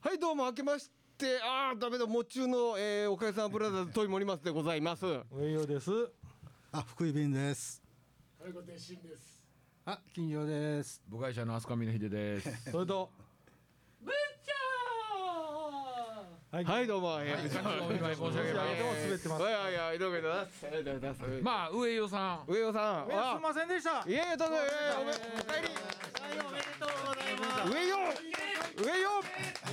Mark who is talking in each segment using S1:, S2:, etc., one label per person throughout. S1: はいどうも明けましてああダメだもっちゅうの、えー、おかげさんブラザーズトイモリマスでございます
S2: 上洋です。
S3: あ、福井便です。
S4: あ、金城です。
S5: 部外者の飛鳥峰秀です。
S2: それと。ぶっちゃー。は。
S1: はいいどうも、えー、
S5: お見舞い申し上げ
S2: い
S5: ま
S2: やどうも滑ってます
S1: はいはいはいどうもだすはいどうもだす
S5: す。まあ上与さん、
S1: 上尾さん
S2: えーすみませんでした。
S1: いえいえどうぞえーおめおめでとうございます
S2: い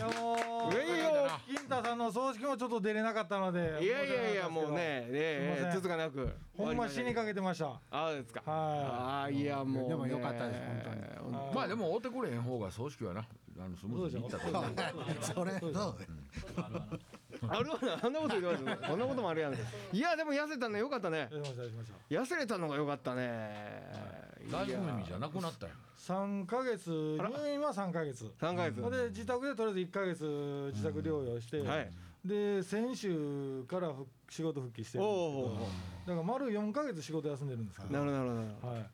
S2: やもう
S1: 上尾上尾上
S2: 金太さんの葬式もちょっと出れなかったので。
S1: 尾いやいやいや
S2: 申し
S1: もう
S2: 訳なかったんです
S1: ねね
S2: すいません
S1: つつがなく
S2: けど。ほんま死にかけてました。
S1: ああですか
S2: は
S1: ああいやもう、ね、
S4: でもよかったです
S1: 本当に
S5: まあでも追ってくれへん方が葬式はな、あのスムーズにいったと思う。
S3: それどう
S1: あるわなあんなこと言ってますこんなこともあるやんいやでも痩せたねよかったね
S2: い。出ました出ました。
S1: 痩せれたのがよかったね
S5: 大文明じゃなくなったよ。
S2: 三ヶ月入院は三ヶ月。
S1: 3ヶ月、
S2: ほんで自宅でとりあえず一ヶ月自宅療養して、
S1: はい
S2: で先週から復仕事復帰して
S1: お
S2: るんですけ
S1: お
S2: ど、だから丸四ヶ月仕事休んでるんですけ
S1: なるほどなる
S2: ど、はい。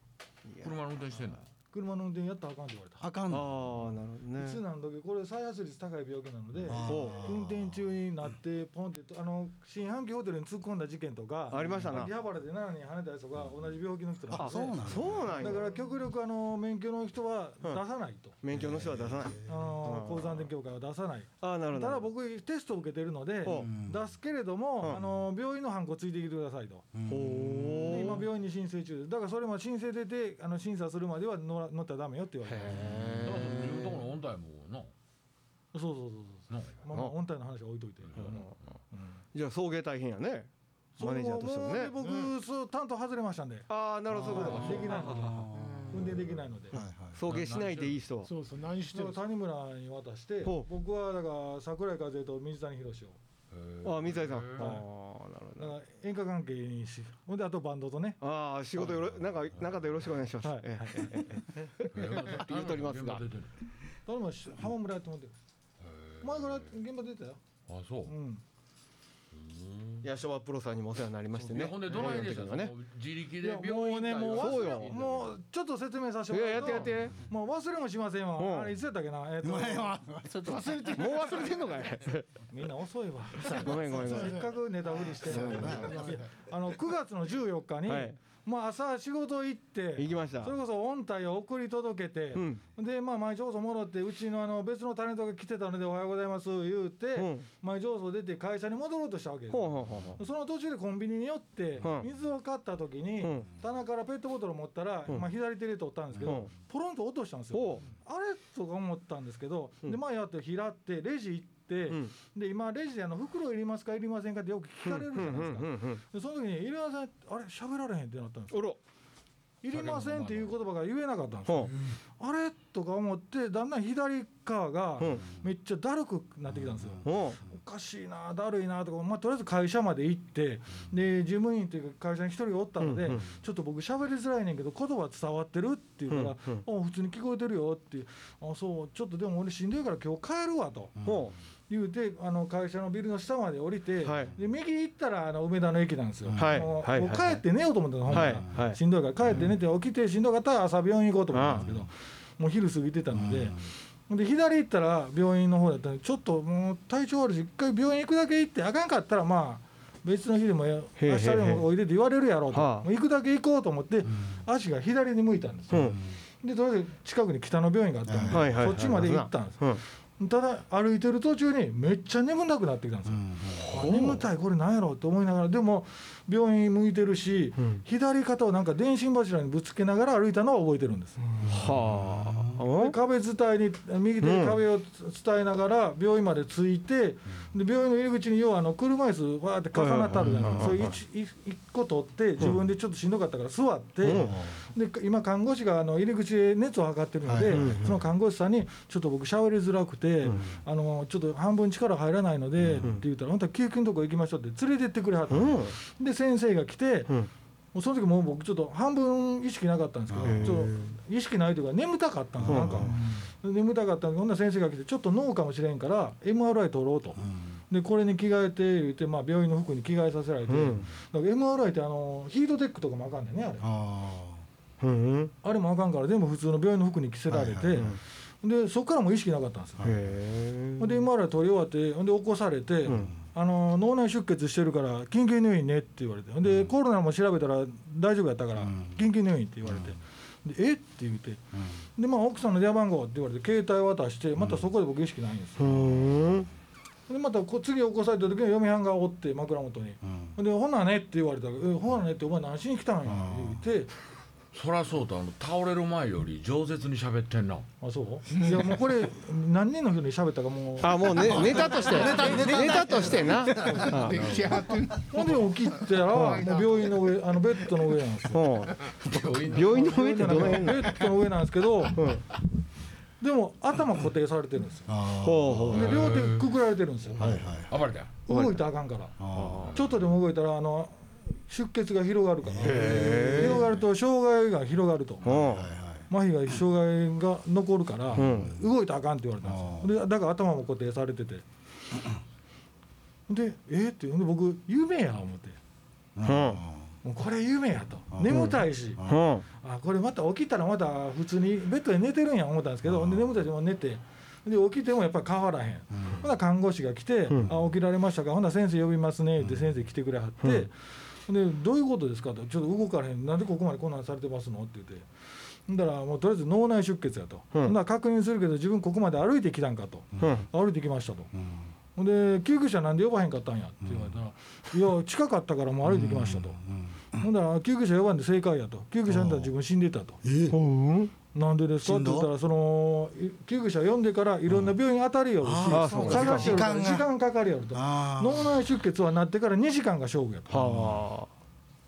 S5: 車の運転してんの。
S2: 車の運転やったらあかんって言われた。
S3: あかんの。
S1: ほどああなるほどね
S2: いつなんだけこれ再発率高い病気なので
S3: あー
S2: 運転中になってポンってとあの新阪急ホテルに突っ込んだ事件とか
S1: ありましたな
S2: 秋葉原で7人跳ねたやつとか同じ病気の人なん
S1: あ
S2: で
S3: そうなんだ
S1: そうなんや
S2: だから極力あの免許の人は出さないと、
S1: 免許の人は出さない
S2: あの鉱山電協会は出さない
S1: ああなる
S2: た
S1: ほど
S2: だ僕テストを受けてるので
S1: ほ
S2: 出すけれども、
S1: うん
S2: あの病院のハンコついてきてくださいと、
S1: ほ
S2: で今
S1: う
S2: 病院に申請中ですだからそれも申請出てあの審査するまでは乗ら乗ったらダメよって言われて
S5: だから自分とこの音体もな、
S2: そうそうそうそう
S5: な。
S2: まあまあ
S1: うん
S2: 本体の話は置いといて、うん
S1: じゃあ送迎大変やね
S2: そう
S1: マネージャーとしてもね
S2: もうね僕、そう担当外れましたんで、
S1: ああなるほどそういうことか
S2: できないので
S3: は
S2: 運転できないので、
S3: い
S2: だか
S3: はい。
S1: 送迎しないでいい人
S6: そうそう何してる
S2: ら谷村に渡して、
S1: ほう
S2: 僕はだから桜井風と水谷宏を、
S1: ああ水谷さんああ
S5: へえ
S1: なるほ
S2: だ
S1: ど
S2: から演歌関係にし、ほんであとバンドとね、
S1: ああ仕事よろなんか中でよろしくお願いします、
S2: はい
S1: ええええ言うとりますが
S5: 現場出てる
S2: 誰もし浜村やってもらってる。前から現場出てたよ。
S5: あそう
S2: う。ん。
S1: いや昭和プロさんにもお世話になりまして
S5: ね、
S1: ね
S5: ほんでどないでした
S1: ええ
S5: か
S1: 時
S5: ね
S1: が。
S5: 自力
S2: い
S5: で
S2: や
S5: 病
S2: もう
S5: 院
S2: ね、もう
S1: そう
S2: 忘
S1: よ
S2: れ、もうちょっと説明させて
S1: い
S2: も
S1: や
S2: ら
S1: やっ
S2: うと。
S1: てやって
S2: もう忘れもしませんわ。
S1: うん
S2: あれいつやったっけな、えっと、
S3: 前はちょっと忘れて
S1: もう忘れてんのかい
S2: みんな遅いわ。
S1: ごめんごめんごめ
S2: せ
S1: ん
S2: っかくネタ振りしてるのにいやあの9月の14日に、
S1: はい
S2: まあ、朝仕事行って
S1: 行きました
S2: それこそ音体を送り届けて、
S1: うん
S2: で、まあ、毎朝戻ってうちのあの別のタレントが来てたので「おはようございます」言うて、
S1: うん
S2: 毎朝出て会社に戻ろうとしたわけです
S1: ほうほうほうほう
S2: その途中でコンビニに寄って、
S1: うん
S2: 水を買った時に、
S1: うん
S2: 棚からペットボトル持ったら、
S1: うん
S2: まあ、左手で取ったんですけど、
S1: うん
S2: ポロンと落としたんですよ。
S1: ほ
S2: あれとか思ったんですけど、
S1: うん
S2: でまあやっと拾ってレジ行って、
S1: うん
S2: で今レジであの袋いりますかいりませんかってよく聞かれるじゃないです
S1: うん
S2: か、
S1: うんうんうん
S2: でその時に「いりません」あれ喋られへんってなったんですよ
S1: おろ
S2: いりません」っていう言葉が言えなかったんですよ
S1: ほ
S2: あれとか思ってだんだん左側が
S1: うん
S2: めっちゃだるくなってきたんですよ、
S1: うほ
S2: おかしいなだるいなとか、まあ、とりあえず会社まで行ってで事務員というか会社に一人おったので、
S1: うんうん
S2: ちょっと僕喋りづらいねんけど言葉伝わってるって言うから「あ普通に聞こえてるよ」って「あそうちょっとでも俺しんどいから今日帰るわ」と
S1: うほ
S2: 言うてあの会社のビルの下まで降りて、
S1: はい
S2: で右行ったらあの梅田の駅なんですよ。
S1: はい
S2: もう
S1: はい
S2: もう帰
S1: はい
S2: って寝ようと思ったの、ほんま
S1: はい
S2: は
S1: はい
S2: しんどいから帰って寝て起きてしんどかったら朝病院行こうと思ったんですけど、もう昼過ぎてたので。で左行ったら病院の方だったんでちょっともう体調悪いし一回病院行くだけ行ってあかんかったらまあ別の日でもえ
S1: へえ
S2: 明日でもおいでって言われるやろうと
S1: はあ
S2: もう行くだけ行こうと思って足が左に向いたんです
S1: う
S2: よ、
S1: ほ
S2: でとりあえず近くに北の病院があったんで、
S1: はいはいはい
S2: そっちまで行ったんです、
S1: ううん
S2: ただ歩いてる途中にめっちゃ眠たくなってきたんですよ、あ眠たいこれなんやろうと思いながらでも病院向いてるし、
S1: ん
S2: 左肩をなんか電信柱にぶつけながら歩いたのは覚えてるんです、
S1: はあ
S2: で壁伝いに右手に壁を伝えながら病院まで着いて、で病院の入り口に要はあの車椅子わーって重なってあるじゃないですかそ
S1: はい
S2: れ
S1: はいはい
S2: 一一一個取って自分でちょっとしんどかったから座って、で今看護師があの入り口で熱を測ってるので、その看護師さんに「ちょっと僕喋りづらくて、あのちょっと半分力入らないので」って言ったら「あんた救急のとこ行きましょう」って連れてってくれはった、で先生が来て、
S1: ん
S2: もうその時もう僕ちょっと半分意識なかったんですけどちょっと意識ないというか眠たかったんですなんか眠たかったんでほんなら先生が来てちょっと脳かもしれんから MRI 取ろうと、でこれに着替えて言って、まあ、病院の服に着替えさせられて、
S1: うん
S2: だから MRI ってあのヒートテックとかもあかんねんねあれ
S3: あ
S1: うんうん
S2: あれもあかんから全部普通の病院の服に着せられて、でそこからもう意識なかったんですよ、
S1: へ
S2: ほんで今から取り終わってほんで起こされて、
S1: ん
S2: あの脳内出血してるから緊急入院ねって言われてほんで、コロナも調べたら大丈夫やったから、
S3: うん
S2: 緊急入院って言われて、でえって言ってで、まあ、奥さんの電話番号って言われて携帯渡してまたそこで僕意識ないんですよ、
S1: うん
S2: でまたこ次起こされた時に嫁はんがおって枕元にほんで「ほなね」って言われたら「えほなね」ってお前何しに来たんや」って言って
S5: そらそうとあの倒れる前より饒舌に喋ってんな
S2: 「あそういやもうこれ何人の人に喋ったかもう
S1: あもうねネタとしてネタとしてなあ
S6: 出来上がってんな
S2: ほんで起きたらもう病院の上あのベッドの上なんですよ
S1: うん病院の上ってどの
S2: ベ
S1: 辺なの
S2: ッドの上なんですけど、でも頭固定されてるんですよ
S1: ほうほ
S2: で両手くくられてるんですよ、
S3: はいはい
S5: 暴れたよ
S2: 動いたらあかんから
S3: あ
S2: ちょっとでも動いたらあの出血が広がるから広がると障害が広がると
S1: ううん
S3: ーはいはい
S2: 麻痺が障害が残るから、
S1: ん
S2: 動いたらあかんって言われたんですよでだから頭も固定されててでえっ、ってほんで僕夢や思って
S1: うん
S2: もうこれ夢やと眠たいし、
S1: うん
S2: あこれまた起きたらまた普通にベッドで寝てるんや思ったんですけど、で眠たいでも寝てで起きてもやっぱり変わらへん、ほな看護師が来て「あ起きられましたかほな先生呼びますね」って先生来てくれはって、で「どういうことですか?」と「ちょっと動かれへんなんでここまでこんなんされてますの?」って言って。ほんだらもうとりあえず脳内出血やと、
S1: うん
S2: ほんなら確認するけど自分ここまで歩いてきたんかと、
S1: うん
S2: 歩いてきましたと、
S3: うん
S2: ほんで救急車なんで呼ばへんかったんやって言われたら、いや近かったからもう歩いてきましたと、ほんだら救急車呼ばんで正解やと救急車呼んだら自分死んでたと
S3: え
S1: うん
S2: なんでですか
S3: し
S2: っ
S3: ん
S2: て
S3: ど
S2: 言ったらそのい救急車呼んでからいろんな病院当たりよるし、
S3: あ
S1: あそうか
S2: 探してるから
S3: 時間が
S2: 時間かかるよると
S3: あ
S2: 脳
S3: ー
S2: 内出血はなってから2時間が勝負やと
S1: は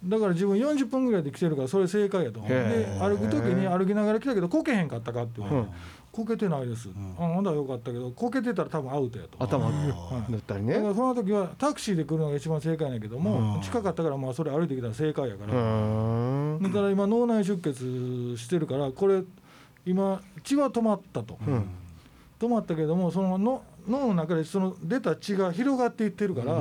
S2: だから自分40分ぐらいで来てるからそれ正解やとで
S1: へえ
S2: 歩く時に歩きながら来たけどこけへんかったかって言われて、こけてないです、あほんだらよかったけどこけてたら多分アウトやと
S1: あ頭塗ったり
S2: だか
S1: ね
S2: らその時はタクシーで来るのが一番正解なんやけども、
S3: うん
S2: 近かったからまあそれ歩いてきたら正解やか
S1: う
S2: ら、
S1: ん
S2: だから今脳内出血してるからこれ今血は止まったと、
S1: うん
S2: 止まったけれどもそのの脳の中でその出た血が広がっていってるから、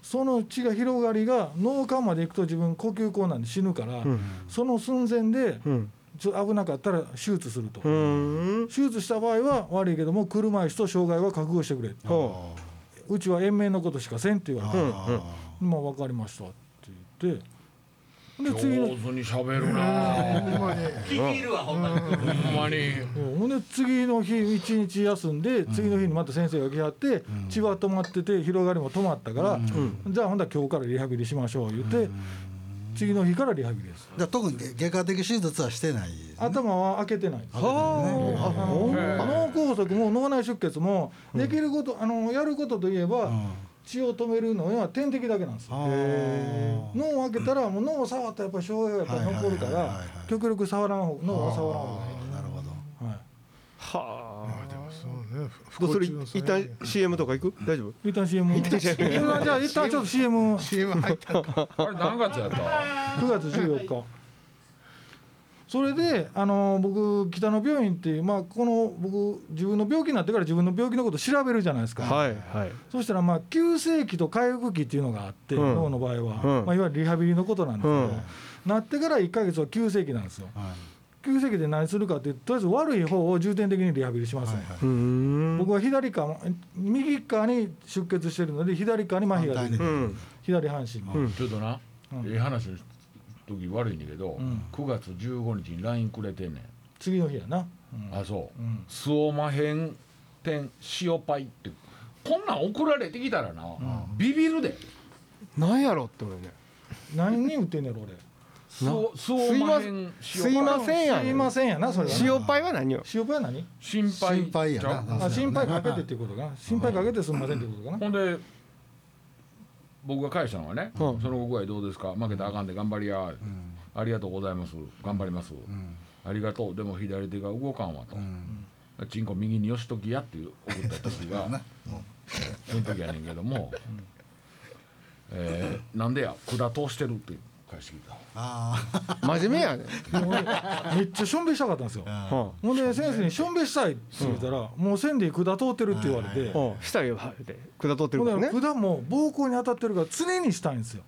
S2: その血が広がりが脳幹まで行くと自分呼吸困難で死ぬから、
S1: ん
S2: その寸前で
S1: うん
S2: ちょっと危なかったら手術すると、
S1: うん
S2: 手術した場合は悪いけども車椅子と障害は覚悟してくれ
S1: ほ
S2: うちは延命のことしかせんって言われて
S1: うんうん
S2: 「まあ分かりました」って言って
S5: 上
S2: で
S5: 手
S2: 次の
S5: に喋るなほんまに
S2: ほんで次の日一日休んで次の日にまた先生が来はって血は止まってて広がりも止まったからじゃあほんだら今日からリハビリしましょう言って次の日からリハビリです
S3: じゃあ特に外科的手術はしてないですね
S2: 頭は開けてないです
S1: はあ
S2: あの脳梗塞も脳内出血もできることあのやることといえば血を止めるのは点滴だけなんですよ
S3: あー
S2: 脳を開けたらもう脳を触ったらやっぱり障害がやっぱり残るか
S3: はいはい
S2: ら
S3: はいはい
S2: 極力触らん方脳は触らん方がい
S3: あーなるほど
S2: い、はい
S1: は
S6: あでもそうね
S1: あどうする
S6: 不幸中の
S1: 一
S6: 幸い
S1: 旦 CM とか行く大丈夫
S2: 一旦 CM 一旦 CM じゃあ一旦ちょっと CM 9
S6: CM 入った
S5: あれ何月やった
S2: 月14日それであの僕北野病院っていう、まあ、この僕自分の病気になってから自分の病気のこと調べるじゃないですか、
S1: はいはい
S2: そしたらまあ急性期と回復期っていうのがあって、
S1: うん
S2: 脳の場合は、
S1: うん
S2: まあ、いわゆるリハビリのことなんですけど、
S1: うん
S2: なってから1か月は急性期なんですよ
S3: はい
S2: 急性期で何するかっていうととりあえず悪い方を重点的にリハビリしますね、
S3: はいはいう
S1: ーん
S2: 僕は左側右側に出血してるので左側に麻痺が出て
S3: 反対
S2: る
S1: う
S3: に
S1: ん
S2: 左半身
S1: うん
S5: ちょっとな、
S2: うん
S5: ええ話の時悪いんだけど、
S2: ん
S5: 9月15日に LINE くれてんね
S2: 次の日やな、
S5: ん、あそ
S2: う
S5: う、
S2: ん
S5: スオマ編店塩パイってこんなん送られてきたらな、ビビるで
S1: 何やろって俺ね
S2: 何人売ってんねやろ俺
S5: スオスオマ編
S1: すい
S5: 塩パ
S1: ま
S5: イ
S1: せんやね
S2: すいませんやなそれはな
S1: 塩パイは何よ
S2: 塩パや何
S5: 心配
S3: 心配やな
S5: ちゃう
S2: あ心配かけてっていうことかな心配かけてすんませんっていうことかな
S5: ほんで僕が返したのはね、
S1: うん
S5: その後具合どうですか負けたらあかんで頑張りや、ありがとうございます頑張ります、ありがとうでも左手が動かんわと、チンコ右によしときやっていう送った 時がその時やねんけども、えーなんでや管通してるって返してきた
S3: あー
S1: 真面目やね
S2: 俺めっちゃしょんべいしたかったんです よ
S1: は
S2: ほんで先生に「しょんべいしたい」って言ったら「もう線で管通ってる」って言われて
S1: あはあ下へはで下通ってる
S2: ほ
S1: から
S2: んで
S1: ね
S2: 管も膀胱に当たってるから常にしたいんですよ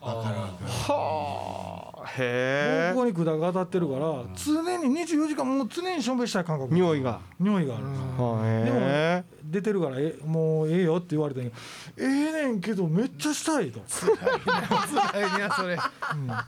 S3: わかるわかる
S1: はあへ
S2: 膀胱に管が当たってるから常に24時間もう常にしょんべんしたい感覚
S1: え匂いが
S2: 匂いがあるんですよ
S1: はあへ
S2: 出てるからえもうええよって言われたんやけどええねんけどめっちゃしたいと
S6: 辛いなそれ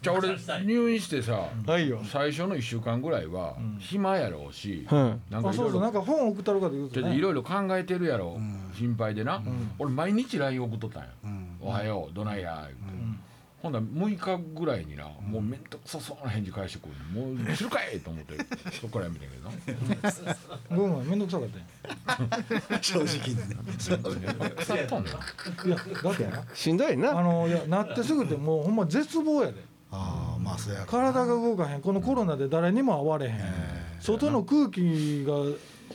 S5: じゃあ俺入院してさ
S1: えはいよ
S5: 最初の1週間ぐらいは暇やろうし、
S1: うん
S5: なんか
S2: あ
S5: い
S2: そ
S5: ろ
S2: う
S5: い
S2: そうな
S5: ろ
S2: んか本送ったるかという
S5: ち
S2: と
S5: ょっとい
S2: ね
S5: ろいろ考えてるやろ、心配でな、俺毎日 LINE 送っとったんや「おはようどないや」言うてほんなら6日ぐらいになもう面倒くさそうな返事返してくるもう知るかいと思ってそっからやめてんけどな
S2: ごめんごめんめんどくさかったんや
S3: 正直にね。
S5: 腐っとんねん
S2: いやだってな
S1: しんどい
S2: あ
S1: な
S2: のいやなってすぐってもうほんま絶望やで
S3: ああ、まあ、そうや。
S2: 体が動かへんこのコロナで誰にも会われへん外の空気が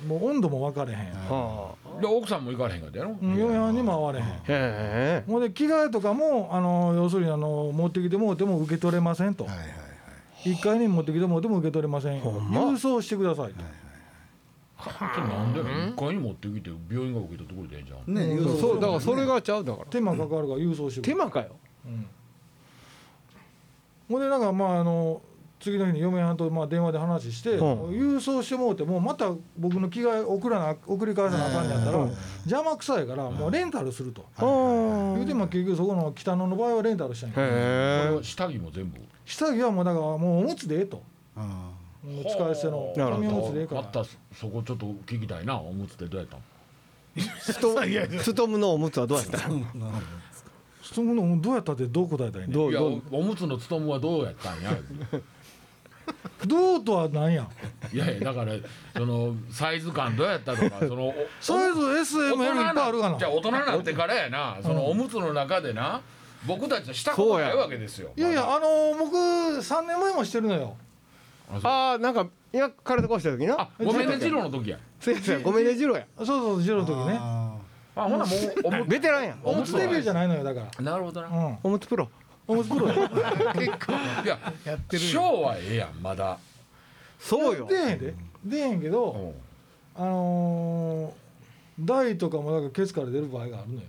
S2: もう温度も分かれへん
S1: はあ
S5: で奥さんも行かれへんかったやろ、
S2: うん嫁はんにも会われへん
S1: へえ
S2: ほんで着替えとかもあの要するにあの持ってきてもうても受け取れませんと
S3: はいはいはい。
S2: 一回に持ってきてもうても受け取れません
S1: ま
S2: 郵送してくださいと
S5: ちょっとなんで1回に持ってきて病院が受け取ってくれてんじゃん
S3: ね、言
S2: うん
S1: そうだからそれがちゃうだから
S2: 手間かかるから郵送してく
S1: 手
S2: れ
S1: 間かよ
S2: うんほんでなんかまああの次の日に嫁はんとまあ電話で話して、
S1: うん
S2: 郵送してもうてもうまた僕の着替え送らな送り返さなあかんやったら、邪魔くさいからもうレンタルすると、
S1: ああ
S2: 言うても結局そこの北野の場合はレンタルしたんや、
S5: これ
S1: へ
S5: は下着も全部
S2: 下着はもうだからもうおむつでええと
S3: うん。
S2: もう使い捨ての
S1: なるほ
S2: 紙おむつでええか
S5: また
S2: ら
S5: そこちょっと聞きたいなおむつってどうやったの
S1: えス トストームのおむつはどうやった
S2: そののどうやったってどう答えたらいい ね
S1: どう
S5: いや
S1: どう
S5: おむつのつとむはどうやったんや
S2: どうとはなんや
S5: いやいやだからそのサイズ感どうやったとかそのお
S2: サイズ SML いっぱいあるがな
S5: じゃあ大人になってからやなそのおむつの中でな僕たちはしたことないわけですよ
S2: いやい
S5: ま
S2: や
S5: だ
S2: あの僕3年前もしてるのよ
S1: ああなんかいや体壊した時な
S5: あごめんね次郎の時や
S1: せやせやごめんねジローや
S2: そうそうジロの時ね
S3: あ
S5: あほなもうおむ
S1: ベテランやん
S2: おむつデビューじゃないのよだか
S5: つなるほどな、
S2: らうん
S1: おむつプロ
S2: おむつプロや
S5: いや
S6: やってる
S5: ショーはええやんまだ、
S1: そうよ
S2: 出へんで出へんけ
S5: う
S2: ど
S5: ん
S2: あのー台とかもなんかケツから出る場合があるのよ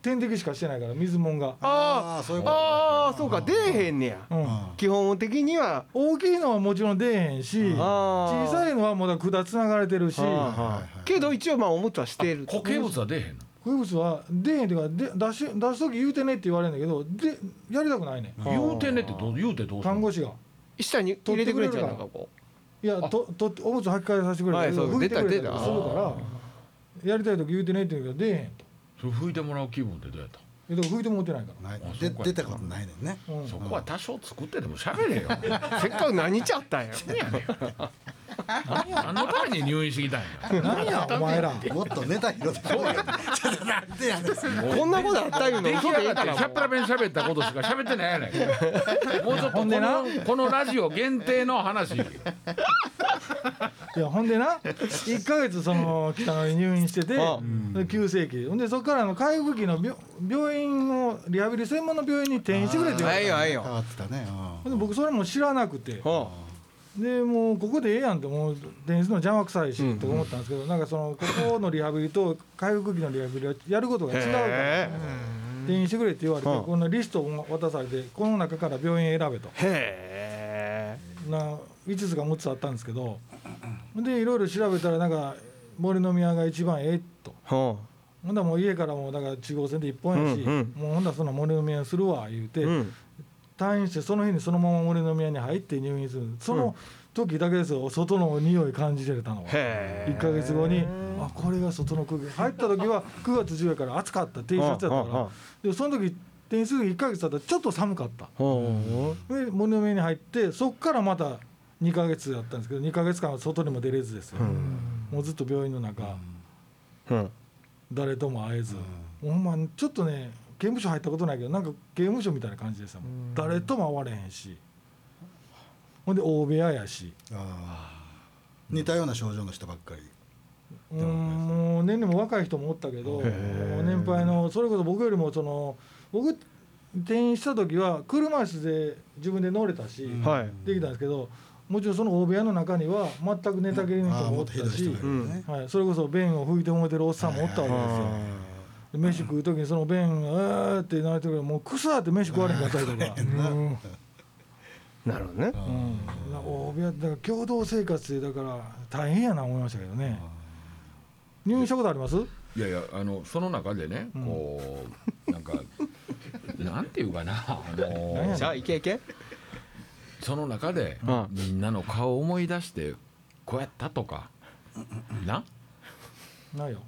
S2: 点滴しかしてないから水もんが
S1: あ
S3: あー、そういうこと。
S1: ああそうか出えへんねや
S2: うん
S3: あ
S1: 基本的には
S2: 大きいのはもちろん出えへんし
S1: あ
S2: 小さいのはもうだから管つながれてるし
S1: はあはあ
S3: はいはい
S1: けど一応まあおむつはしてる
S5: 固形物は出えへんの
S2: 保育士は出えへんっていうかで出し出す時言うてねって言われるんだけどでやりたくないねん
S1: あー
S5: 言うてねってどう言うてどうする
S2: 看
S5: の
S2: 護師が。
S1: 下に入れてくれんじゃうなんかこ
S2: いや
S5: あ
S2: ととおむつ履き替えさせてくれた
S1: はい
S2: り
S1: そう
S2: 拭いてくれ
S1: 出た
S2: たり
S1: 出た
S2: するからやりたい時言うてねって言うけど出えへんと
S5: それ拭いてもらう気分ってどうやった
S2: えだから拭いてもってないか
S3: ーない
S5: あ
S3: で
S5: そうか
S3: 出たことないねんね。
S2: ら、うん、
S5: そ
S2: そ
S5: こは多少作ってでも喋れ よ
S1: うせっかく何ちゃったんや
S5: 何のために入院してきたん や
S2: 何やお前ら
S3: もっとネタ広で。そうや。ちょっとなんでやねん。
S1: こんなことあったいうの
S5: 出来
S1: 嘘
S5: 上
S1: でい
S5: が
S1: い
S5: って
S1: か
S5: し
S1: ら
S5: ゃっぱらべん喋ったことしか喋ってないやない かもうちょっと
S2: ほ
S5: こ
S2: んでな
S5: のこのラジオ限定の話
S2: いやほんでな1か月その北野に入院してて
S1: あ
S2: で急性期ほんでそこからあの回復期の病病院をリハビリ専門の病院に転院してくれって言わ
S1: は
S2: れ
S1: い
S2: た
S1: よはい
S3: 変
S1: よ
S3: わってたね。
S2: ほんで僕それも知らなくて
S1: は
S2: でもうここでええやんってもう電子の邪魔くさいしと思ったんですけど、なんかそのここのリハビリと回復期のリハビリはやることが
S1: あ
S2: 違うから。
S1: へ
S2: 転院してくれって言われて、
S1: うん
S2: このリストを渡されてこの中から病院選べと
S1: えへ
S2: な5つか6つあったんですけどでいろいろ調べたらなんか森の宮が一番ええと
S1: えは
S2: ほんだらもう家からもうだから中央線で一本やし、
S1: うんうん
S2: もうほんだらそんな森の宮にするわ言う
S1: あ
S2: て、
S1: うん
S2: 退院してその日にそのまま森の宮に入って入院するその時だけですよ外の匂い感じてたのは。
S1: へえ
S2: 1か月後にあこれが外の空気入った時は9月10日から暑かった T シャツやっ
S1: う
S2: た
S1: んう
S2: か
S1: んう
S2: ら
S1: ん
S2: でもその時転院する1か月経ったらちょっと寒かった
S1: ほう
S2: で森の上に入ってそこからまた2ヶ月だったんですけど2ヶ月間は外にも出れずですよ、もうずっと病院の中、
S1: うん
S2: 誰とも会えず、もうほんまちょっとね刑務所入ったことないけどなんか刑務所みたいな感じでしたもん、誰とも会われへんしほんで大部屋やし、
S3: ああー。似たような症状の人ばっかり。
S2: うん、もう年齢も若い人もおったけどもう年配のそれこそ僕よりもその僕転院した時は車椅子で自分で乗れたし、
S1: はい
S2: できたんですけどもちろんその大部屋の中には全く寝たきりの
S3: あ
S2: 人
S3: あ、
S2: もお
S3: も
S2: っ
S3: ってと
S2: た
S3: ひど
S2: し
S3: い人がい、るね。
S2: はい、それこそ便を拭いてもえてるおっさんもおったわけですよ。で飯食う時にその便が「あーってなれてるからもうくさーって飯食われへんかったりとか、うん
S1: なるほどね
S2: うん、な大部屋だから共同生活でだから大変やな思いましたけどね入院したことあります
S5: いやいやあのその中でね、こうなんかなんていうかなあの
S1: じゃあいけい け
S5: その中で、
S1: うん
S5: みんなの顔を思い出してこうやったとか、な
S2: ないよ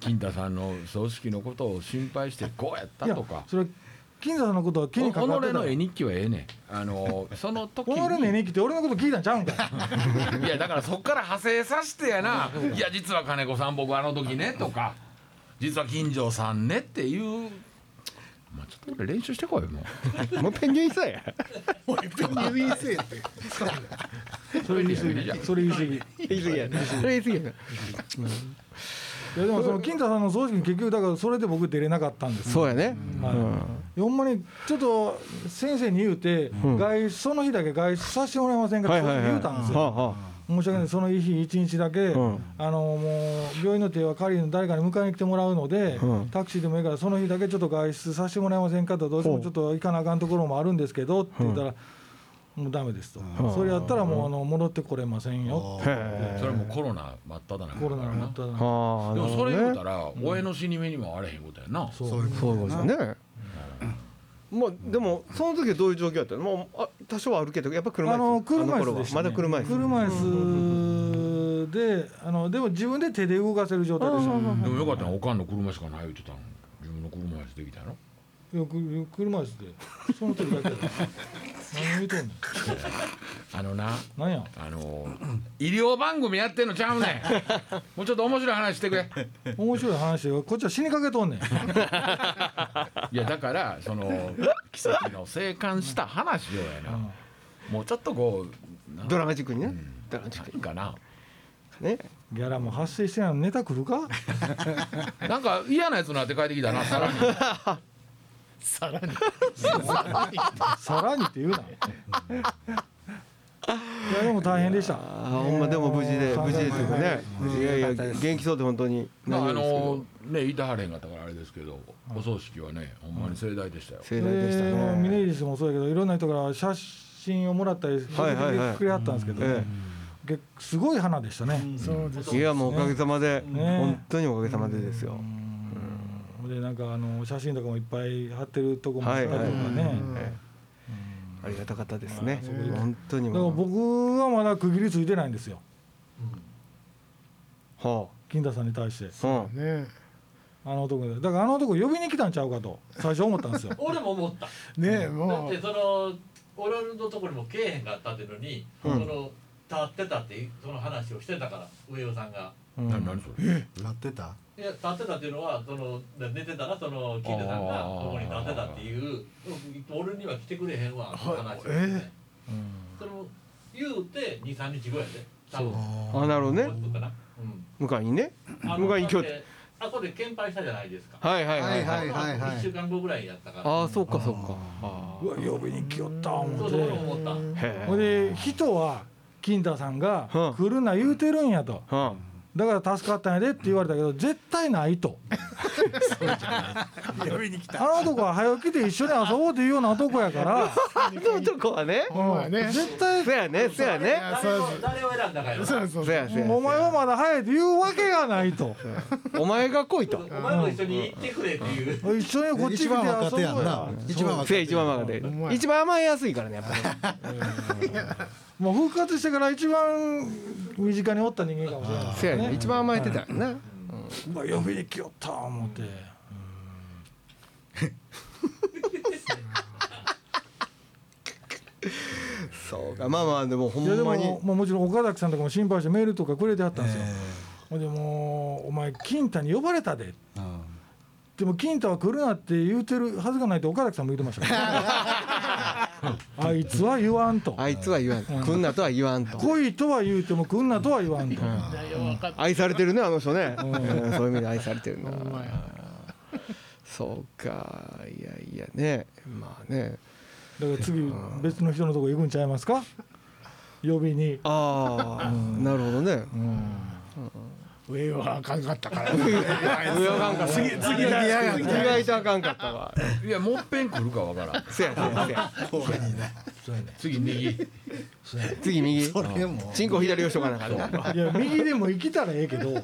S5: 金太さんの葬式のことを心配してこうやったとか
S2: それは金沢さんのことは気
S5: お
S2: にかかって
S5: 己
S2: た
S5: の絵日記はええねんあのその時
S2: 己
S5: に
S2: の絵日記って俺のこと聞いたんちゃうんかい
S5: いやだからそっから派生させて やな「いや実は金子さん僕あの時ね」とか「実は金城さんね」っていう。まあ、ちょっと俺練習してこいよもう
S1: もうペンギンさや
S6: 指せって
S2: それ言い過ぎそれ言い過ぎい
S1: 言い過ぎやそれ言い過ぎや
S2: やでもその金太さんの葬式に結局だからそれで僕出れなかったんです
S1: そうやね
S2: はいほんまにちょっと先生に言うて、外出その日だけ外出させてもらえませんかって正直言うたんですよ、
S1: はあは
S2: 申し訳ないその日一日だけ、
S1: うん
S2: あのもう病院の手は借りに誰かに迎えに来てもらうので、
S1: うん
S2: タクシーでもいいからその日だけちょっと外出させてもらえませんかとどうしてもちょっと行かなあかんところもあるんですけどって言ったら、もうダメですと、
S1: ん
S2: それやったらもうあの戻ってこれませんよ、
S1: あへ
S5: それはもうコロナ真っ只中
S2: コロナ
S5: だ
S2: の真
S5: からな
S2: っ只
S1: え
S2: 中
S1: はあ
S5: でもそれ言うた
S1: ら
S5: ら親の死に目にもあれへんことやな、
S2: そう
S3: そういう
S1: そう
S3: こ
S1: いう
S3: と
S1: こと
S3: や
S1: です
S3: な。
S1: ねまあでもその時はどういう状況だったのもうあ多少は歩けてやっぱ車
S2: あの
S1: 椅子
S2: 車
S1: あの頃
S2: 椅子
S1: は
S2: でした、
S1: ま
S2: ね、
S1: だ車椅子
S2: 車椅子であのでも自分で手で動かせる状態でした、
S5: でもよかったなおかんの車しかない言ってたの自分の車やしできたの
S2: よく車椅子でその時だけ だ何言うとんねん
S5: あのな
S2: 何や
S5: あの 医療番組やってんのちゃうねんもうちょっと面白い話してくれ
S2: 面白い話よこっちは死にかけとんねん
S5: いやだからその奇跡の生還した話よやな、もうちょっとこうな
S1: ドラマチックにねドラマチック
S5: なんかな
S1: にね
S2: ギャラも発生してないのにネタ来る か
S5: なんか嫌なやつになって帰ってき たなさらに
S6: さらに
S2: さらにって言うないやでも大変でした
S1: あーほんまでも無事で
S2: うん
S1: 無事ですよねいやいや元気そうで本当に
S5: まああ
S1: 何よ
S5: のね言いたはれへんかったからあれですけどお葬式はねほんまに盛大でしたよ、
S1: りですけど盛大でした
S2: えーもう峰
S1: ね
S2: 岸もそうやけどいろんな人から写真をもらったり送
S1: はいはいはい
S2: ってくれはったんですけど、
S1: え
S2: げすごい花でしたね、
S6: そうです
S1: えいやもうおかげさまで
S2: ね
S1: 本当におかげさまでですよ
S2: うんでなんかあの写真とかもいっぱい貼ってるとこもあったりとかね、
S6: はいはい
S1: ええありがたかったですね本当に
S2: だから
S1: もう
S2: 僕はまだ区切りついてないんですよ
S1: は
S2: 金田さんに対して
S1: あうん
S6: ね
S2: あの男でだからあの男呼びに来たんちゃうかと最初思ったん ですよ
S7: 俺も思った
S6: ね
S7: だ
S6: も
S7: って
S6: う
S7: その俺のところにもけえへんかったっていうのに、
S1: うん
S7: その立ってたっていうその話をしてたから上尾さんが
S5: な何それ
S3: なってた
S7: いや立ってたっていうのはその寝てたらその金田さんが
S5: あー
S7: ここに立ってたっていう俺には来てくれへんわっていう話をして、
S6: え
S7: それを言うて23日後やで多分
S1: あなるほど
S7: も
S1: ね
S7: うちょっとかな、うん
S1: 向井にね
S7: あ
S1: 僕は
S7: の
S1: 今日
S7: だってあそこで献杯したじゃないですか
S1: はいはいはい
S3: はいはいはい
S7: 1週間後ぐらいやったから
S1: ああそうかそうか
S2: うわ呼びに来よった
S7: そ
S2: 思
S7: う
S2: っ
S7: そう俺
S2: て
S7: も思った
S1: へ
S2: ほいで人は金田さんが
S1: うん
S2: 来るな言うてるんやと
S1: えは
S2: だから助かったんやでって言われたけど絶対ないと
S6: 呼びに来た
S2: あの男は早起きで一緒に遊ぼうというような男やから、
S1: ああの男はね
S6: ほんまやね
S2: 絶対
S1: そやねそやね
S7: 誰を誰を選んだかよ
S6: そうそう
S1: そやそや
S2: お前はまだ早いというわけがないと
S1: お前が来いと
S7: お前も一緒に行ってくれっていう。
S2: 一緒にこっち来
S3: 一
S2: て遊
S3: 番若
S2: ぼ
S3: 手
S2: う
S3: やんな
S2: や。
S3: 一番若
S1: せ
S3: 手
S1: や一番甘
S3: 手。
S1: が
S6: ほんまや
S1: 一番甘えやすいからねやっぱり
S2: もう復活してから一番身近におった人間かもしれない
S1: せやね一番甘えてたからな
S2: うわ呼びに来よった思って、
S1: そうかまあまあでもほん
S2: いやで
S1: ま
S2: も
S1: に
S2: もうもちろん岡崎さんとかも心配してメールとかくれてはったんですよ、ほんでもうお前金太に呼ばれたで
S3: うん
S2: でも金太は来るなって言うてるはずがないって岡崎さんも言ってましたからあいつは言わんと
S1: あいつは言わん来んなとは言わんと
S2: 来いとは言うても来んなとは言わんと、
S1: 愛されてるねあの人ねうんそういう意味で愛されてるな
S6: ほんまや
S1: そうかいやいやねまあね
S2: だから次別の人のとこ行くんちゃいますか呼びに
S1: ああなるほどね
S6: 上はあかんかった から。上
S1: はあかんかった
S6: 次、次だ。
S1: 意外とあかんかったわ
S5: いやもっぺん来るかわからん
S1: せやなせや
S3: 怖いな
S2: そうやね
S5: 次右
S1: 次右
S3: これも
S1: チンコ左をしとかなあかった
S2: いや右でも行きたらええけど、も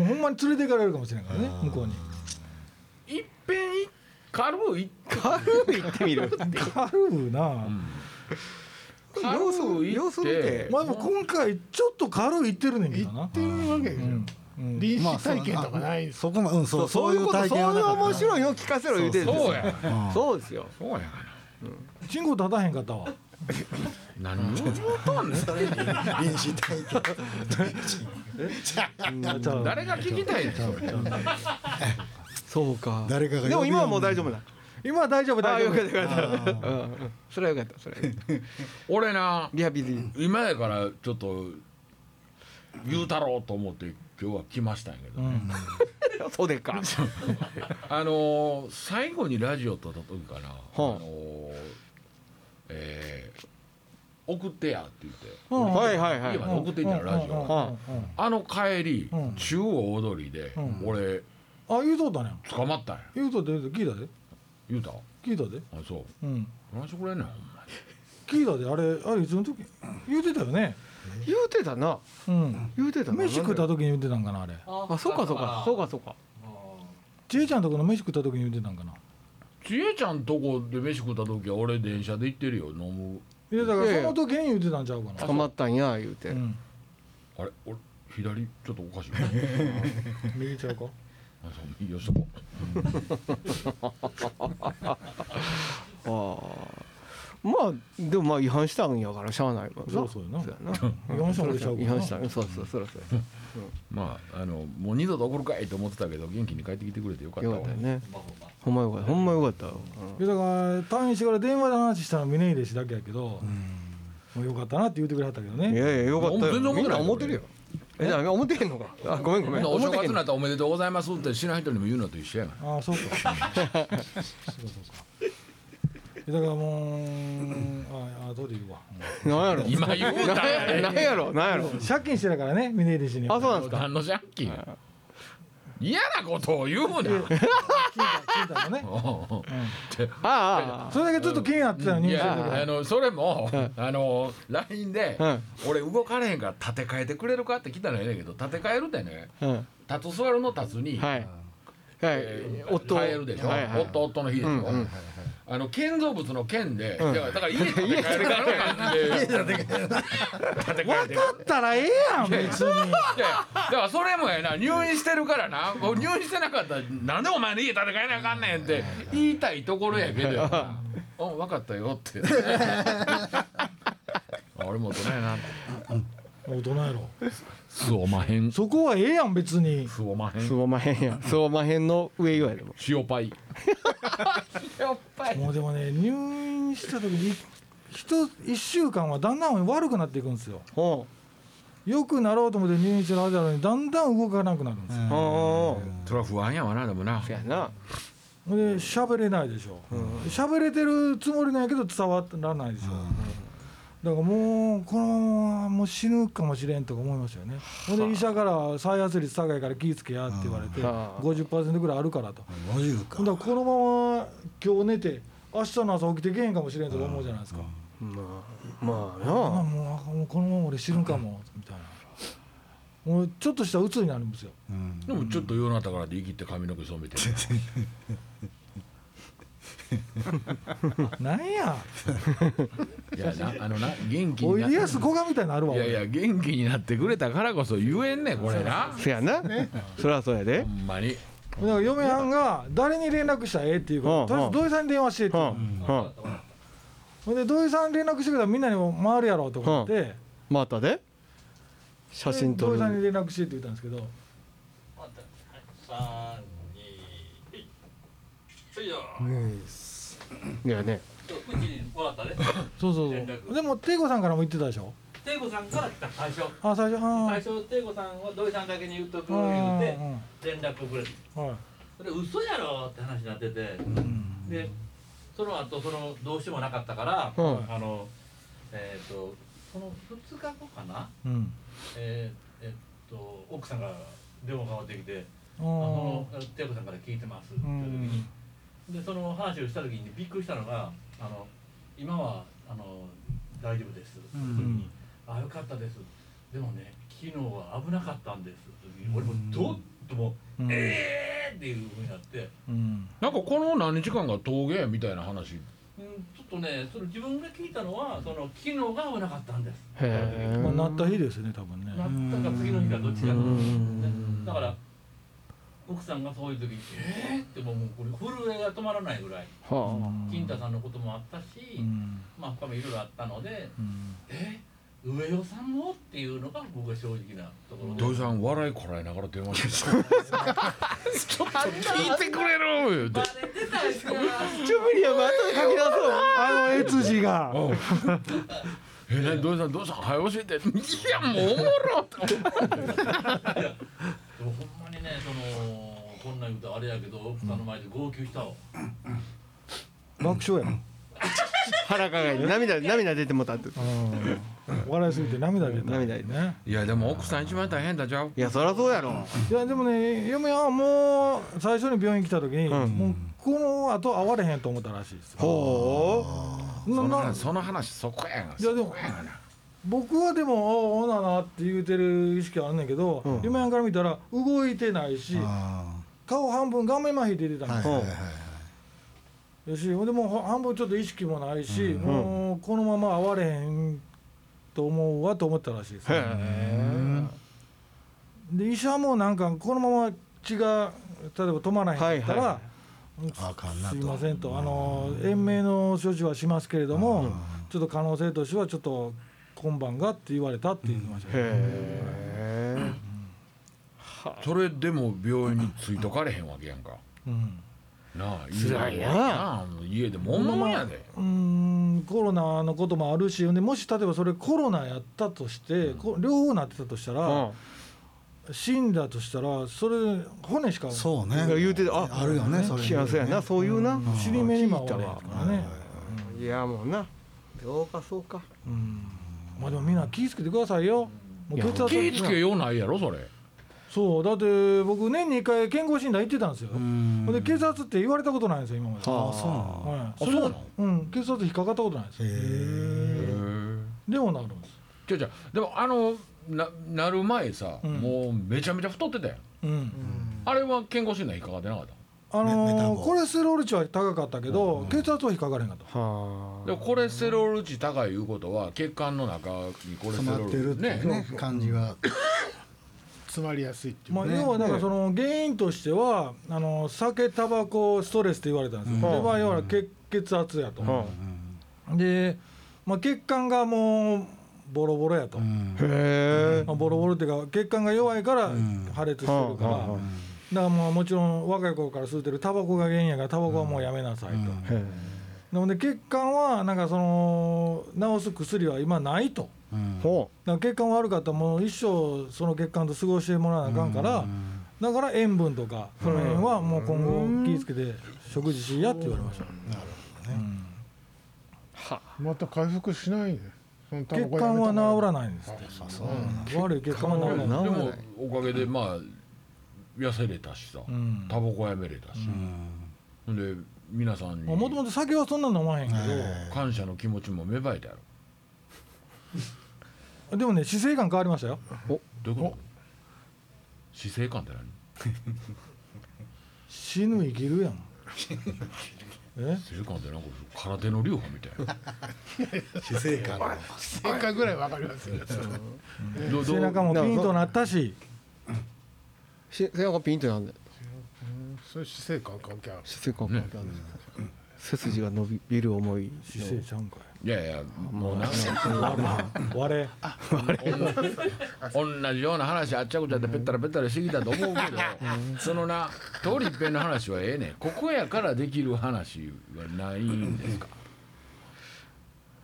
S2: うほんまに連れて行かれるかもしれないからね向こうに
S5: いっぺんい軽い
S1: 軽い行ってみる
S2: 軽うな、
S5: 軽い
S1: 様
S5: っ
S1: 子見て
S5: て
S2: まあでも今回ちょっと軽い行ってるねんけど
S6: 行
S2: な
S6: ってるわけでしょ。
S2: うん
S6: 臨死体験とかないんです
S3: そこまうんそうそういう体験は
S1: そう
S3: な
S1: いう
S3: か
S1: 面
S3: った
S1: 白いよ聞かせろ言うてるんです
S5: そ
S1: よ
S5: うや
S1: そうですよ
S5: そうやが
S2: チンコ立たへんかったわ
S5: な何を言うとんねん
S3: な臨死体験
S2: じゃあ
S5: 誰が聞きたいねんそれ
S1: そうか
S3: 誰かが呼び
S1: でも今はもう大丈夫だ
S2: 今は大丈夫
S1: ああ
S2: 大丈
S1: よかっ
S2: 夫
S1: たよかったうんうんそれはよかったそれはよかった
S5: 俺な
S1: リハビリ
S5: 今やからちょっと言うたろうと思って今日は来ましたんやけど、
S2: うん
S1: そうでっか
S5: あのー最後にラジオ撮った時かな、あのーえー送ってや」って言って、
S2: うん
S1: はいはいは
S5: 家
S1: い
S5: まで送ってんじゃんラジオ、
S2: うんうんうん
S5: あの帰り、
S2: うん
S5: 中央大通りで、
S2: うん
S5: 俺
S2: あ言うとったね
S5: 捕まったんや
S2: 言うとって聞いたで
S5: 言うた
S2: 聞いたで
S5: あそう
S2: うん
S5: 話してくれんねんほんま
S2: 聞いたであれあれいつの時言うてたよね
S1: 言うてたな
S2: うん
S1: 言うてたな
S2: 飯食った時に言うてたんかなあれ
S1: あそうかそうかそうかそうか
S2: ちえちゃんとこの飯食った時に言うてたんかな
S5: ちえちゃんとこで飯食った時は俺電車で行ってるよ飲む
S2: いやだか
S1: いやいや
S2: らその時に言うてたんちゃうかな
S1: 捕まったんや言うて
S2: うん
S5: あれ俺左ちょっとおかしい
S2: 右ちゃうか
S5: あそう右よしとこ
S1: ああまあでもまあ違反したんやからしゃあないもんな
S2: そうそうやな
S1: やな
S2: 違反したん俺ちゃうか
S1: 違
S2: な
S1: 反したんやそうそうそらそうや
S5: まああのもう二度と怒るかいと思ってたけど元気に帰ってきてくれてよかった
S1: よ
S5: わ
S1: かったよねほんまよかったほんまよかったよ
S2: いやだから退院してから電話で話したの峰秀氏だけやけど、もうよかったなって言ってくれはったけど
S1: うんい
S2: ね
S1: やいやよかった
S5: 全然
S1: よ
S5: 思ってない
S1: みんな思ってるよえじゃあ思ってへんのかあごめんごめん
S5: お
S1: 思っ
S5: 正
S1: てへ
S5: 月
S1: ん
S5: になったらおめでとうございますって知らん人にも言うのと一緒やか
S2: ああそうかそうかそうかいやだからもうああどうで言うわ、
S1: なんやろ
S5: ら今言うた や
S1: なんやろなんやろ
S2: うん借金してたからね峰秀氏に
S1: あそうなんですか
S5: 何の借金嫌なことを言うな
S2: 聞いた聞いたのね、
S1: ああ
S2: それだけちょっと気になってたの
S5: い
S2: に
S5: やあのそれもあの LINE で
S1: うん
S5: 「俺動かれへんから立て替えてくれるか?」って来たのやねんけど立て替えるってね
S1: ああうん
S5: 立つ座るの立つに
S1: はいはい
S5: えー
S1: 夫
S5: 変えるでしょ
S1: はいはい
S5: 夫夫の日でしょ
S1: ん
S5: あの建造物の件でだからだから家建て替えるから建て替えて
S2: だったらええやん別に
S5: いやいやだからそれもやな入院してるからなこう入院してなかったらなんでお前の家建て替えなあかんねんって言いたいところやけどやなうん分かったよって 俺も大人やな
S2: 大人やろ
S5: すおまへんす
S2: そこはええやん別に
S5: おまへ
S1: す
S5: ん
S1: ぼまへんやすぼまへんの上よやでも
S5: 塩パイ塩パイ
S2: もうでもね入院した時に一一週間はだんだん悪くなっていくんですよ
S1: ほ
S2: 良くなろうと思って入院してるはずなのにだんだん動かなくなるんですよ、
S1: うほ
S5: それは不安やわなでもな
S1: うやな
S2: で喋れないでしょ喋、れてるつもりなんやけど伝わらないでしょ、だからもうこのままもう死ぬかもしれんとか思いましたよねほんで医者から再発率高いから気ぃつけやって言われて
S1: はあ
S2: 50%ぐらいあるからと
S3: 50か
S2: ほんだらこのまま今日寝て明日の朝起きてけへんかもしれんとか思うじゃないですか、
S1: まあまあ
S2: あ
S1: な
S2: もうあもうこのまま俺死ぬかもみたいなもうちょっとした鬱になるんですよ
S3: うん
S5: でもちょっと夜なったからで生きて髪の毛染めて
S2: なんや
S5: いやなあのな元気
S2: お
S5: に
S2: い
S5: な
S2: でやすこがみたいになるわ
S5: いやいや元気になってくれたからこそ言えんねんこれな
S1: せやなそりゃそうやで
S5: ほんまに
S2: 俺だから嫁はんが誰に連絡したらええっていうか
S1: う
S2: ら
S1: ん
S2: とりあえず土井さんに電話してって
S1: う
S2: 言
S1: ん
S2: う
S1: うん
S2: ほんで土井さんに連絡してくれたらみんなにも回るやろうと思って、で
S1: またで写真撮
S2: 土井
S1: る
S2: さんに連絡してって言ったんですけど
S7: 三二はいはいよ
S1: いやね
S7: うちにもらったね
S2: そうそう
S7: 連
S2: そう
S7: 絡
S2: でも帝子さんからも言ってたでしょ
S7: テイコさんから来た最初
S2: あ最初あ
S7: 最初テイコさんは土井さんだけに言っとく
S2: あ
S7: 言うて
S2: あ
S7: 連絡をくれて
S2: あはい
S7: それ嘘やろって話になっててでその後そのどうしてもなかったから
S1: うん
S7: あのえっとその2日後かな
S2: うん
S7: えーえと奥さんが電話がかかってきて
S2: う
S7: 「あ
S2: ん
S7: のテ子さんから聞いてます」って
S2: う
S7: 言
S2: ん
S7: った時にでその話をした時にびっくりしたのが「あの今はあの大丈夫です」
S3: うん
S7: その時に「あよかったです」「でもね昨日は危なかったんです」その時に俺もどっともう
S2: う
S7: 「
S2: ん
S7: ええー!」っていうふうになって。
S2: うん
S5: なんかこの何日間が陶芸みたいな話
S7: うんちょっとね、その自分が聞いたのは、その昨日が危なかったんです。
S1: へ
S2: まあなった日ですね多分ね
S7: なったか次の日かどっちかだと思うんですねだから奥さんがそういう時に「えー!」ってもうもうこれ震えが止まらないぐらい
S1: は
S2: うん
S7: 金太さんのこともあったし、
S2: うん
S7: まあ他もいろいろあったので
S2: うん
S7: 「え上与さんも?」っていうのが僕は正直なところで
S5: 土井さん笑いこらえながら電話して たちょっと聞いてくれろ言うて
S7: バレてたんですから
S1: あ。ちょ無理やばい後で書き出そう。
S2: あの絵辻が
S5: うんえ何土井さんどうした早教えていやもうおもろって
S7: でもほんまにねそのこんなん言うとあれやけど奥さんの前で号泣したわ、
S2: 爆笑やん
S1: 腹抱えて涙涙出てもたって。
S2: うん笑いすぎて涙出た
S1: 涙出た
S2: ね
S5: いやでも奥さん一番大変だじゃん
S1: いやそりゃそうやろ。
S2: いやでもね嫁はもう最初に病院来た時に、
S1: うん
S2: もうこの後会われへんと思ったらしいですよ
S1: ほ
S2: な
S5: その
S2: な
S5: 話その話そこやが
S2: いやでも僕はでも「おうなな」って言うてる意識はあんねんけど、
S1: うん
S2: 嫁はんから見たら動いてないし
S3: あ
S2: 顔半分顔面麻痺出てた
S3: あ
S2: んで
S3: はい
S2: すよ
S3: はいはいはい
S2: よしほんでもう半分ちょっと意識もないし、
S1: ん
S2: もうこのまま会われへんと思うわと思ったらしいです
S1: う。へ
S2: ね、
S1: え。
S2: で医者もなんかこのまま血が例えば止まらへんかったら、
S1: はいは
S3: あかんな
S2: す
S3: と
S2: いませんと、あの延命の処置はしますけれども、ちょっと可能性としては、ちょっと今晩がって言われたって言ってました、
S1: へえ。
S5: それでも病院についとかれへんわけやんか
S2: うん
S5: なあ
S1: 辛いな
S5: なあ家でもんもんやで
S2: うーんコロナのこともあるし、でもし例えばそれ、コロナやったとして、こ両方なってたとしたら、死んだとしたら、それ、骨しか
S3: そうね
S1: いや言うてたあ
S3: あるよねそれ
S1: 幸せやなそういうな。
S2: 死に目にも合わ
S1: 聞
S2: れ
S1: い
S2: へ
S1: た
S2: ん
S1: わ
S2: からね、
S1: いやもうな。そうかそうか。
S2: うんまあ、でもみんな気ぃつけてくださいよ、もう血圧
S5: 気ぃつけようないやろそれ
S2: そうだって僕年に1回健康診断行ってたんですよほんで血圧って言われたことないんですよ今まで、
S1: はあ
S3: そうなの
S2: はい、
S5: あ
S2: それ
S5: そう
S2: は
S5: なの
S2: うん血圧引っかかったことないです
S3: へえ
S2: でもなるんです
S5: じゃじゃでもあのななる前さ、
S2: うん
S5: もうめちゃめちゃ太ってたやん
S2: うん、
S5: あれは健康診断引っかかってなかった
S2: あ
S3: メメタ
S2: のー
S3: ボ
S2: コレステロール値は高かったけど、血圧は引っかかれへんかった
S1: は
S5: でもコレステロール値高いいうことは血管の中にコレステ
S3: 詰
S5: ロ
S3: まって
S5: ー
S3: るっ
S5: ル
S3: ていうね感じが
S6: 詰まりやすいっていう
S2: まあ、要はだからその原因としてはあの酒タバコストレスって言われたんですよ、
S1: うん
S2: でまあ要は血血圧やと、
S1: あ。は
S2: で、まあ、血管がもうボロボロやと、
S1: あ。へえ。
S2: まあ、ボロボロっていうか血管が弱いから破裂してるから、
S1: はあはあはあ
S2: だからもうもちろん若い頃から吸うてるタバコが原因やからタバコはもうやめなさいと、
S1: へえ
S2: なので血管はなんかその治す薬は今ないと
S1: ほ
S2: だから血管悪かったらもう一生その血管と過ごしてもらわなあかんからだから塩分とかその辺はもう今後気ぃつけて食事しやって言われました
S6: また回復しないねそのタバ
S2: 血
S6: コやめ
S2: 管は
S6: たから
S2: 治らないんですって悪い血管は治ら
S5: で
S2: ない
S5: もおかげでまあ痩せれたしさ、
S2: ん
S5: タバコはやめれたし、ほんで皆さんに
S2: もともと酒はそんな飲まへんけ
S5: 感謝の気持ちも芽生えたやろ
S2: どでもね姿勢感変わりましたよ
S5: どういうこと死生観って何
S2: 死ぬ生きるやんえ
S5: 死生観ってなんか空手の流派みた いな
S3: 姿勢感が
S6: 正解ぐらいわかりますよ
S5: どど
S2: 背中もピンとなったし
S1: う。し背中ピンとなんで。
S6: そういう姿勢感関係ある
S1: 姿勢感覚があるんですか背筋が伸びびる思い。
S2: 姿勢ちゃうんかい
S5: いやいやもうなんか
S2: 割れ
S5: 同じような話あっちゃこっちゃってペッタラペッタラしてきたと思うけどそのな通り一遍の話はええねんここやからできる話はないんですか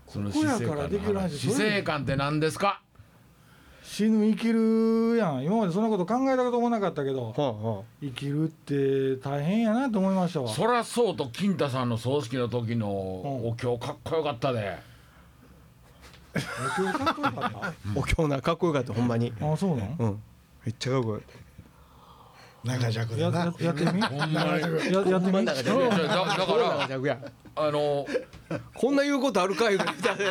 S5: その
S2: ここや
S5: 死生
S2: か
S5: 観の
S2: らできる話
S5: 死生観って何ですか
S2: 死ぬ生きるやん今までそんなこと考えたこともなかったけど
S1: はあは
S2: 生きるって大変やなと思いましたわ
S5: そらそうと金太さんの葬式の時のお経かっこよかったで
S2: 今日かっこよかっ
S1: あ。お経なかっこよかったほんまに。
S2: たあそうなん
S1: うん。
S8: めっちゃかっこいい
S3: 長尺
S2: や
S3: だ
S2: や
S3: な
S2: やってみや
S5: ほんまに
S2: やってみ
S5: いやいやだだから
S4: 逆や
S5: あの
S1: こんな言うことあるかいうぐらいだね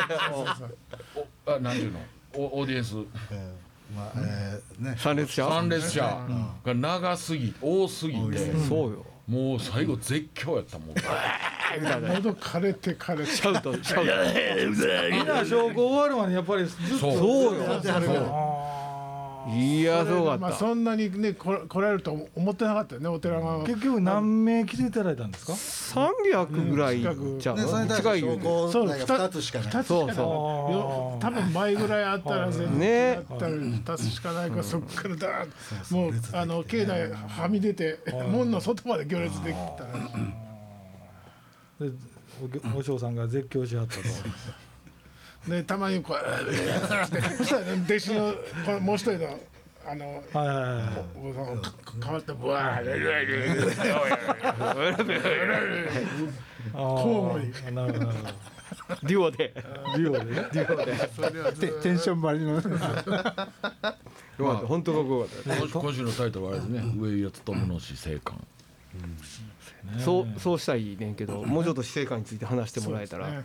S5: おあなんていうのおオーディエンス
S3: えーまあえーね
S1: 参列者
S5: 参列者が長すぎ多すぎて
S1: そうよ
S5: もう最後絶叫やったもん
S6: 喉枯れて枯れて
S1: シャウトシャウト
S2: みんな証拠終わるまでやっぱりずっと
S5: そう
S1: よ
S5: そう
S2: あ
S1: いやそうか
S6: まあ
S1: った
S6: そんなにねこ来られると思ってなかったよねお寺
S2: ー
S6: が
S2: 結局何名来ていただいたんですか
S1: 300ぐらいじゃ
S3: ねそれに
S1: あ近
S3: 対して
S1: いよ
S3: 証
S1: ね
S3: 拠
S6: そう
S3: なんか2つしかない
S6: 二つしかな
S1: そ
S6: い
S1: う
S2: そう
S6: 多分倍ぐらいあったら全
S1: ね
S6: 然あったら2つしかないからそっからだーッともうあの境内はみ出て門の外まで行列できたら
S2: でおぎょお嬢さんが絶叫しは ったと
S6: でたまにこう「 そしたら弟子のこのもう一人のあの
S2: はいはいはいはい
S6: お坊さんがか変わってブワー
S2: あーなるほどなるほ
S1: デュオで
S2: どリオでね
S8: テテンションばりの
S1: よかった本当かっこよかった
S5: 今週今週のタイトルはあれですね上岩勉の死生観
S1: そうそうしたらいいねんけどもうちょっと死生観について話してもらえたら、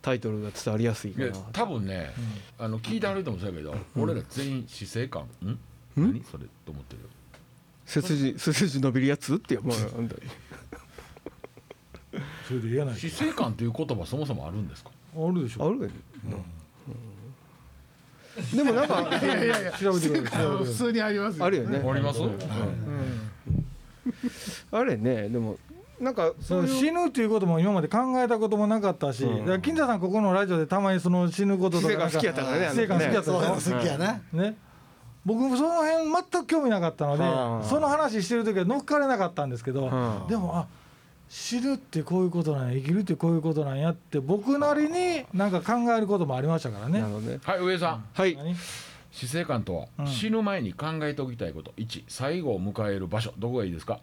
S1: タイトルが伝わりやすい
S5: い
S1: か
S5: や
S1: な
S5: 多分ね、あの聞いてはる人もそうやけど、俺ら全員死生観ん何それと思ってる
S1: 背筋背筋伸びるやつってもう本当に
S2: それで言えない
S5: 死生観という言葉そもそもあるんですか
S2: あるでし
S1: あ
S2: ょ
S1: るよね、うんでもなんか
S6: いやいやいや
S2: 調べてください調べてくだ
S6: 普
S2: さ
S6: 通にあります
S1: あるよね
S5: あります、
S1: あれねでもなんか
S2: い
S1: そ
S2: そうう
S1: いう
S2: 死ぬっていうことも今まで考えたこともなかったし、だから金田さんここのラジオでたまにその死ぬこと
S1: 死
S2: とか
S1: 生観
S2: なんか
S1: 好きやったからねあの
S2: 死生観好きやっ
S1: ね
S2: た
S3: そう
S2: でしょ
S3: 好きやな
S2: ね、僕もその辺全く興味なかったので、
S1: はあ
S2: その話してる時は乗っかれなかったんですけど、
S1: はあ
S2: でもあ知るってこういうことなんや生きるってこういうことなんやって僕なりになんか考えることもありましたからね
S1: な。るほどね
S5: はい上さん
S1: はい
S2: 何
S5: 死生観とは、
S2: うん
S5: 死ぬ前に考えておきたいこと1最後を迎える場所どこがいいですか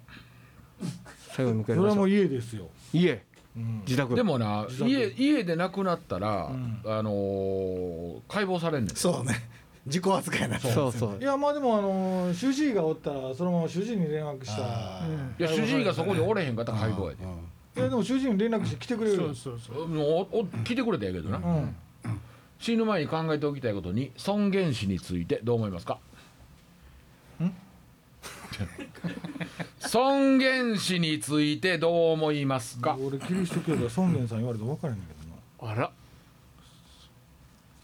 S1: 最後に向かい
S2: それ
S1: ま
S2: は
S1: しょ
S2: も
S1: う
S2: う家ですよ。
S1: 家
S2: うん
S1: 自宅
S5: でもな
S2: 自宅
S5: 家家で亡くなったら、
S2: ん
S5: あのー解剖されんねん
S3: そうね自己扱いやな
S1: そうそう
S2: いやまあでもあのー主治医がおったらそのまま主治医に連絡したら
S3: あー
S5: いや主治医がそこにおれへんかったら解剖やで
S3: うん
S2: いやでも主治医に連絡して来てくれる
S6: そうそうそう
S5: もうおお聞いてくれたんやけどな、
S2: うん、
S5: 死ぬ前に考えておきたいことに尊厳死についてどう思いますか 尊厳死についてどう思いますか
S2: 俺キリスト教だ孫元さん言われて分からへんねんけどな、
S5: あら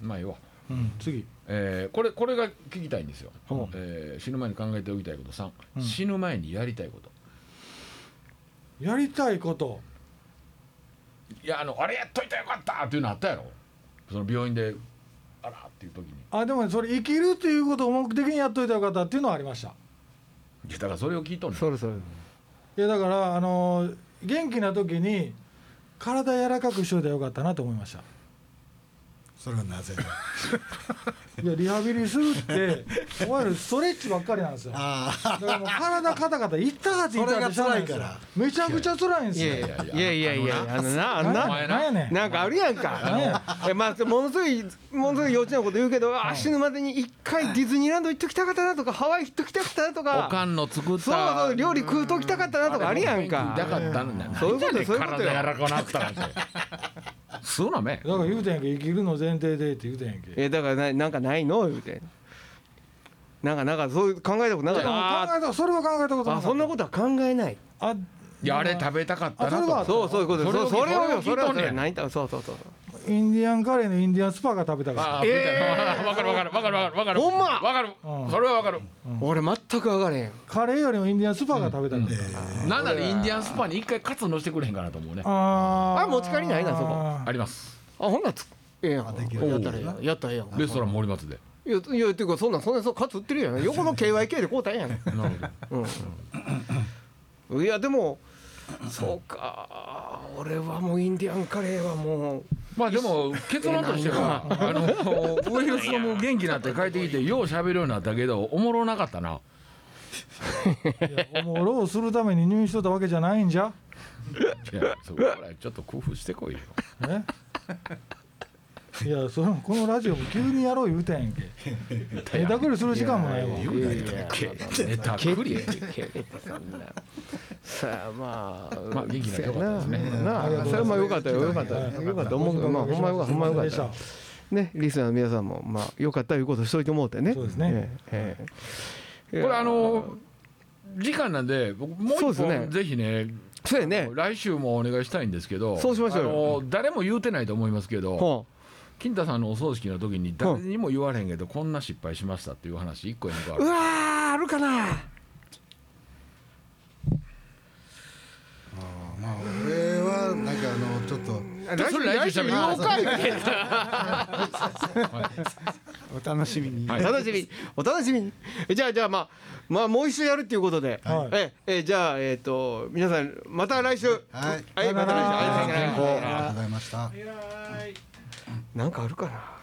S5: まあいいわ
S2: うん、次
S5: えーこれこれが聞きたいんですよ、
S2: うん
S5: えー死ぬ前に考えておきたいこと3、
S2: うん
S5: 死ぬ前にやりたいこと
S2: やりたいこと
S5: いやあのあれやっといたらよかったっていうのあったやろその病院であらっていう時に
S2: あでもねそれ生きるということを目的にやっといたらよかったっていうのはありました
S5: いやだからそれを聞いとんねん
S1: それそれ
S2: いやだからあのー元気な時に体柔らかくしといたらよかったなと思いました
S3: それはなぜだ
S2: いやリハビリするっていわゆるストレッチばっかりなんですよだ
S3: ああ
S2: からもう体カタカタ痛がって痛がってしゃあないんですよ
S3: それが辛いか
S2: めちゃくちゃ辛いんです
S1: い
S2: よ
S1: やいやいやいやいやあのなあの
S2: な
S1: な
S5: 前な
S2: なんやねん
S1: なんかあるやん
S2: 何や
S1: か。え、まあ、ものすごい、ものすごい幼稚なこと言うけど、あ死ぬまでに一回ディズニーランド行っときたかったなとか、ハワイ行っときたかったなと
S5: おか
S1: か。
S5: んの作った
S1: そうそう、料理食うときたかったなとかあるやんか。
S5: だからったんだよ
S1: そういうこと
S5: なんで
S1: そういうことよ
S5: 体柔らかくなったな んて。そうなめ。
S2: だから言うてんやんけ生きるの前提でって言うてんやんけ
S1: え、だから、な、なんかないの言うて。なんか、なんか、そういう考えたことなかっ
S2: だからもう考
S1: た。あ
S2: えたそれは考えたこと
S1: ー、あ、そんなことは考えない。
S2: とあ
S5: いやあれ食べたかったな
S2: あそれは
S5: と。
S1: そう、そういうことです。そうそ
S5: そ
S1: れ
S5: れを
S1: をよ、
S5: 聞
S1: そ
S5: い
S1: れ
S5: と
S1: は、
S5: んねん
S1: それ、ないんだ、そうそうそう。
S2: インディアンカレーのインディアンスパが食べたか
S5: ああ、えー、わかるわかるわかるわかるわかる。
S1: ほんま
S5: わかる
S2: う。ん
S5: それはわかる。
S1: 俺、全く上がれへん。
S2: らカレーよりもインディアンスパが食べたかった、
S5: なんならインディアンスパに一回カツ乗してくれへんかなと思うね。あ
S2: あー
S1: あ持ち帰りないなそこ
S5: ります。
S1: あ、ほんならつ。ええやん。やったらええやん。やったらええやん。
S5: レストラン森松で。
S1: いや、いや、ていうか、そんなん、そんなん、そう、カツ売ってるやん。横の K. Y. K. で買うたんやん。
S5: なるほど。
S1: うん、いやでもそうか俺はもうインディアンカレーはも
S5: まあでも結論としてはあのウイルスも元気になって帰って きてよう喋るようになったけどおもろなかったな。
S2: おもろをするために入院しとったわけじゃないんじゃ
S5: いやそこらちょっと工夫してこいよ。
S2: えいやそれもこのラジオも急にやろう言うたやんけえだくりする時間もないわ
S5: いやいやネタクリ
S1: さあまあ
S5: まあ元気になってよかったですね
S1: せやななあ
S2: ありがとうございます
S1: それはまあよかったよよかった
S2: はい
S1: よかった思うまあほんまよかったほんまよかったねリスナーの皆さんもまあよかったいうことしといてもうてね
S2: そうですね
S1: ええええ
S5: これあの時間なんで僕もう
S1: そう
S5: 一
S1: ですね
S5: 本ぜひね
S1: そうやね
S5: 来週もお願いしたいんですけど
S1: そうしましょうよ
S5: あの誰も言うてないと思いますけど
S1: ほ
S5: 金太さんのお葬式の時に誰にも言われへんけどこんな失敗しましたっていう話一個やんか
S1: ううわーあるかな
S3: まあ俺はなんかあのちょっと
S5: それ来週喋り
S1: 来
S5: ま
S1: 週
S5: す
S1: 言おうか
S8: お楽しみに。
S5: は
S1: お
S5: い
S1: 楽しみにお楽しみにえじゃあじゃあまあまあもう一度やるっていうことで、
S2: はい
S1: ええじゃあえっ、と皆さんまた来週
S3: はい
S1: はいまた来週
S3: あり
S1: はい
S3: が
S1: さよなら
S3: とうございました
S1: なんかあるかな